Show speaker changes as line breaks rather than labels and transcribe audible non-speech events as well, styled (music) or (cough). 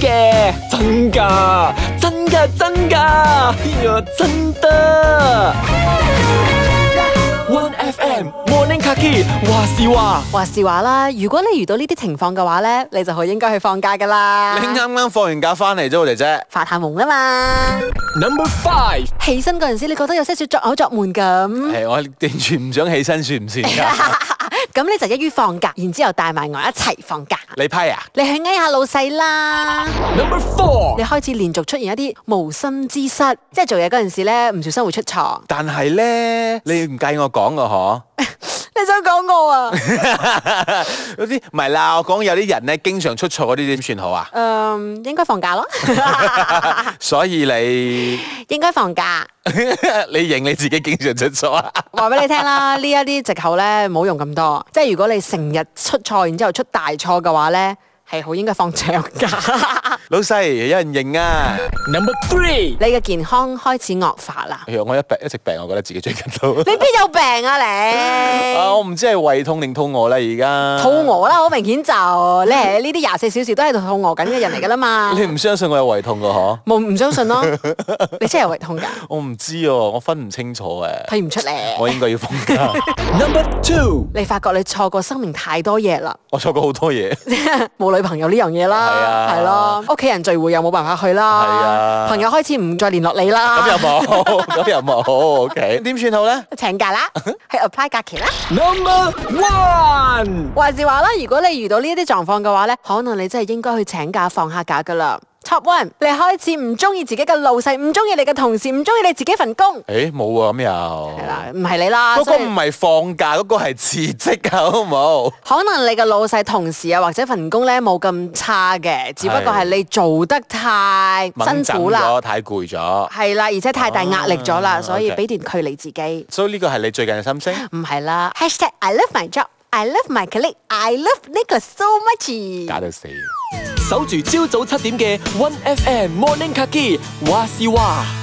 嘅，真噶，真噶，真噶，哎呀，真得。One FM Morning Kaki 話是話，
話是話啦，如果你遇到呢啲情況嘅話咧，你就好應該去放假噶啦，
你啱啱放完假翻嚟啫，我哋啫。
發下夢啊嘛。
Number Five，
起身嗰陣時，你覺得有些少作嘔作悶咁，
係我完全唔想起身，算唔算
(laughs)
㗎？
咁你就一於放假，然之後帶埋我一齊放假。
你批啊？
你去嗌下老細啦，
Number Four，
你開始連續出現一啲無心之失，即係做嘢嗰陣時咧，唔小心會出錯。
但係咧，你唔計我講嘅嗬。
你想講我啊？
有啲唔係啦，我講有啲人咧經常出錯嗰啲點算好啊？
嗯，應該放假咯，啊
所以你 (laughs)
應該放假。
你認你自己經常出
(laughs)
錯啊？
話俾你聽啦， (laughs) 呢一啲藉口咧唔好用咁多，即係如果你成日出錯，然之後出大錯嘅話咧，係好應該放長假。 (laughs)
老細有人認啊？
Number Three，
你嘅健康開始惡化啦，
哎呀我一病一直病，我覺得自己最近都
你邊有病
(laughs) 啊，
啊
我唔知係胃痛定肚餓啦，而
你？
家
肚餓啦，好明顯就你係呢啲廿四小時都喺度肚餓緊嘅人嚟㗎啦嘛，
你唔相信我有胃痛嘅嗬？
冇唔相信
(laughs)
咯？你真係有胃痛㗎，
我唔知哦，我分唔清楚誒，
睇唔出嚟。
(laughs) 我應該要放
(laughs)
假。
Number two，
你發覺你錯過生命太多嘢啦， (laughs)
我錯過好多嘢，
冇女朋友呢樣嘢
係
啦，
啊
係咯，屋企人聚會又冇辦法去啦，
係啊
朋友開始唔再聯絡你啦，
咁又冇，咁又冇，OK，點算好咧？
請假啦，去 apply 假期啦。
Number one，
話是話啦，如果你遇到呢一啲狀況嘅話咧，可能你真係應該去請假放下假噶啦。Top one，你開始唔中意自己嘅老細，唔中意你嘅同事，唔中意你自己份工，
誒冇啊，咁又
係啦，唔係你啦，
嗰個
所以
唔係放假，嗰個係辭職啊，好唔好？
可能你嘅老細、同事啊，或者份工咧冇咁差嘅，只不過係你做得太辛
掹掙
苦啦，
咗，太攰咗，
係啦，而且太大壓力咗啦，
哦
所以
OK
俾段距離自己。
所以呢個係你最近嘅心聲。
唔係啦，#hashtag I love my job。I love my colleague. I love Nicholas so much.
假到死！
守住朝早七點嘅 One FM Morning Kaki 話是話。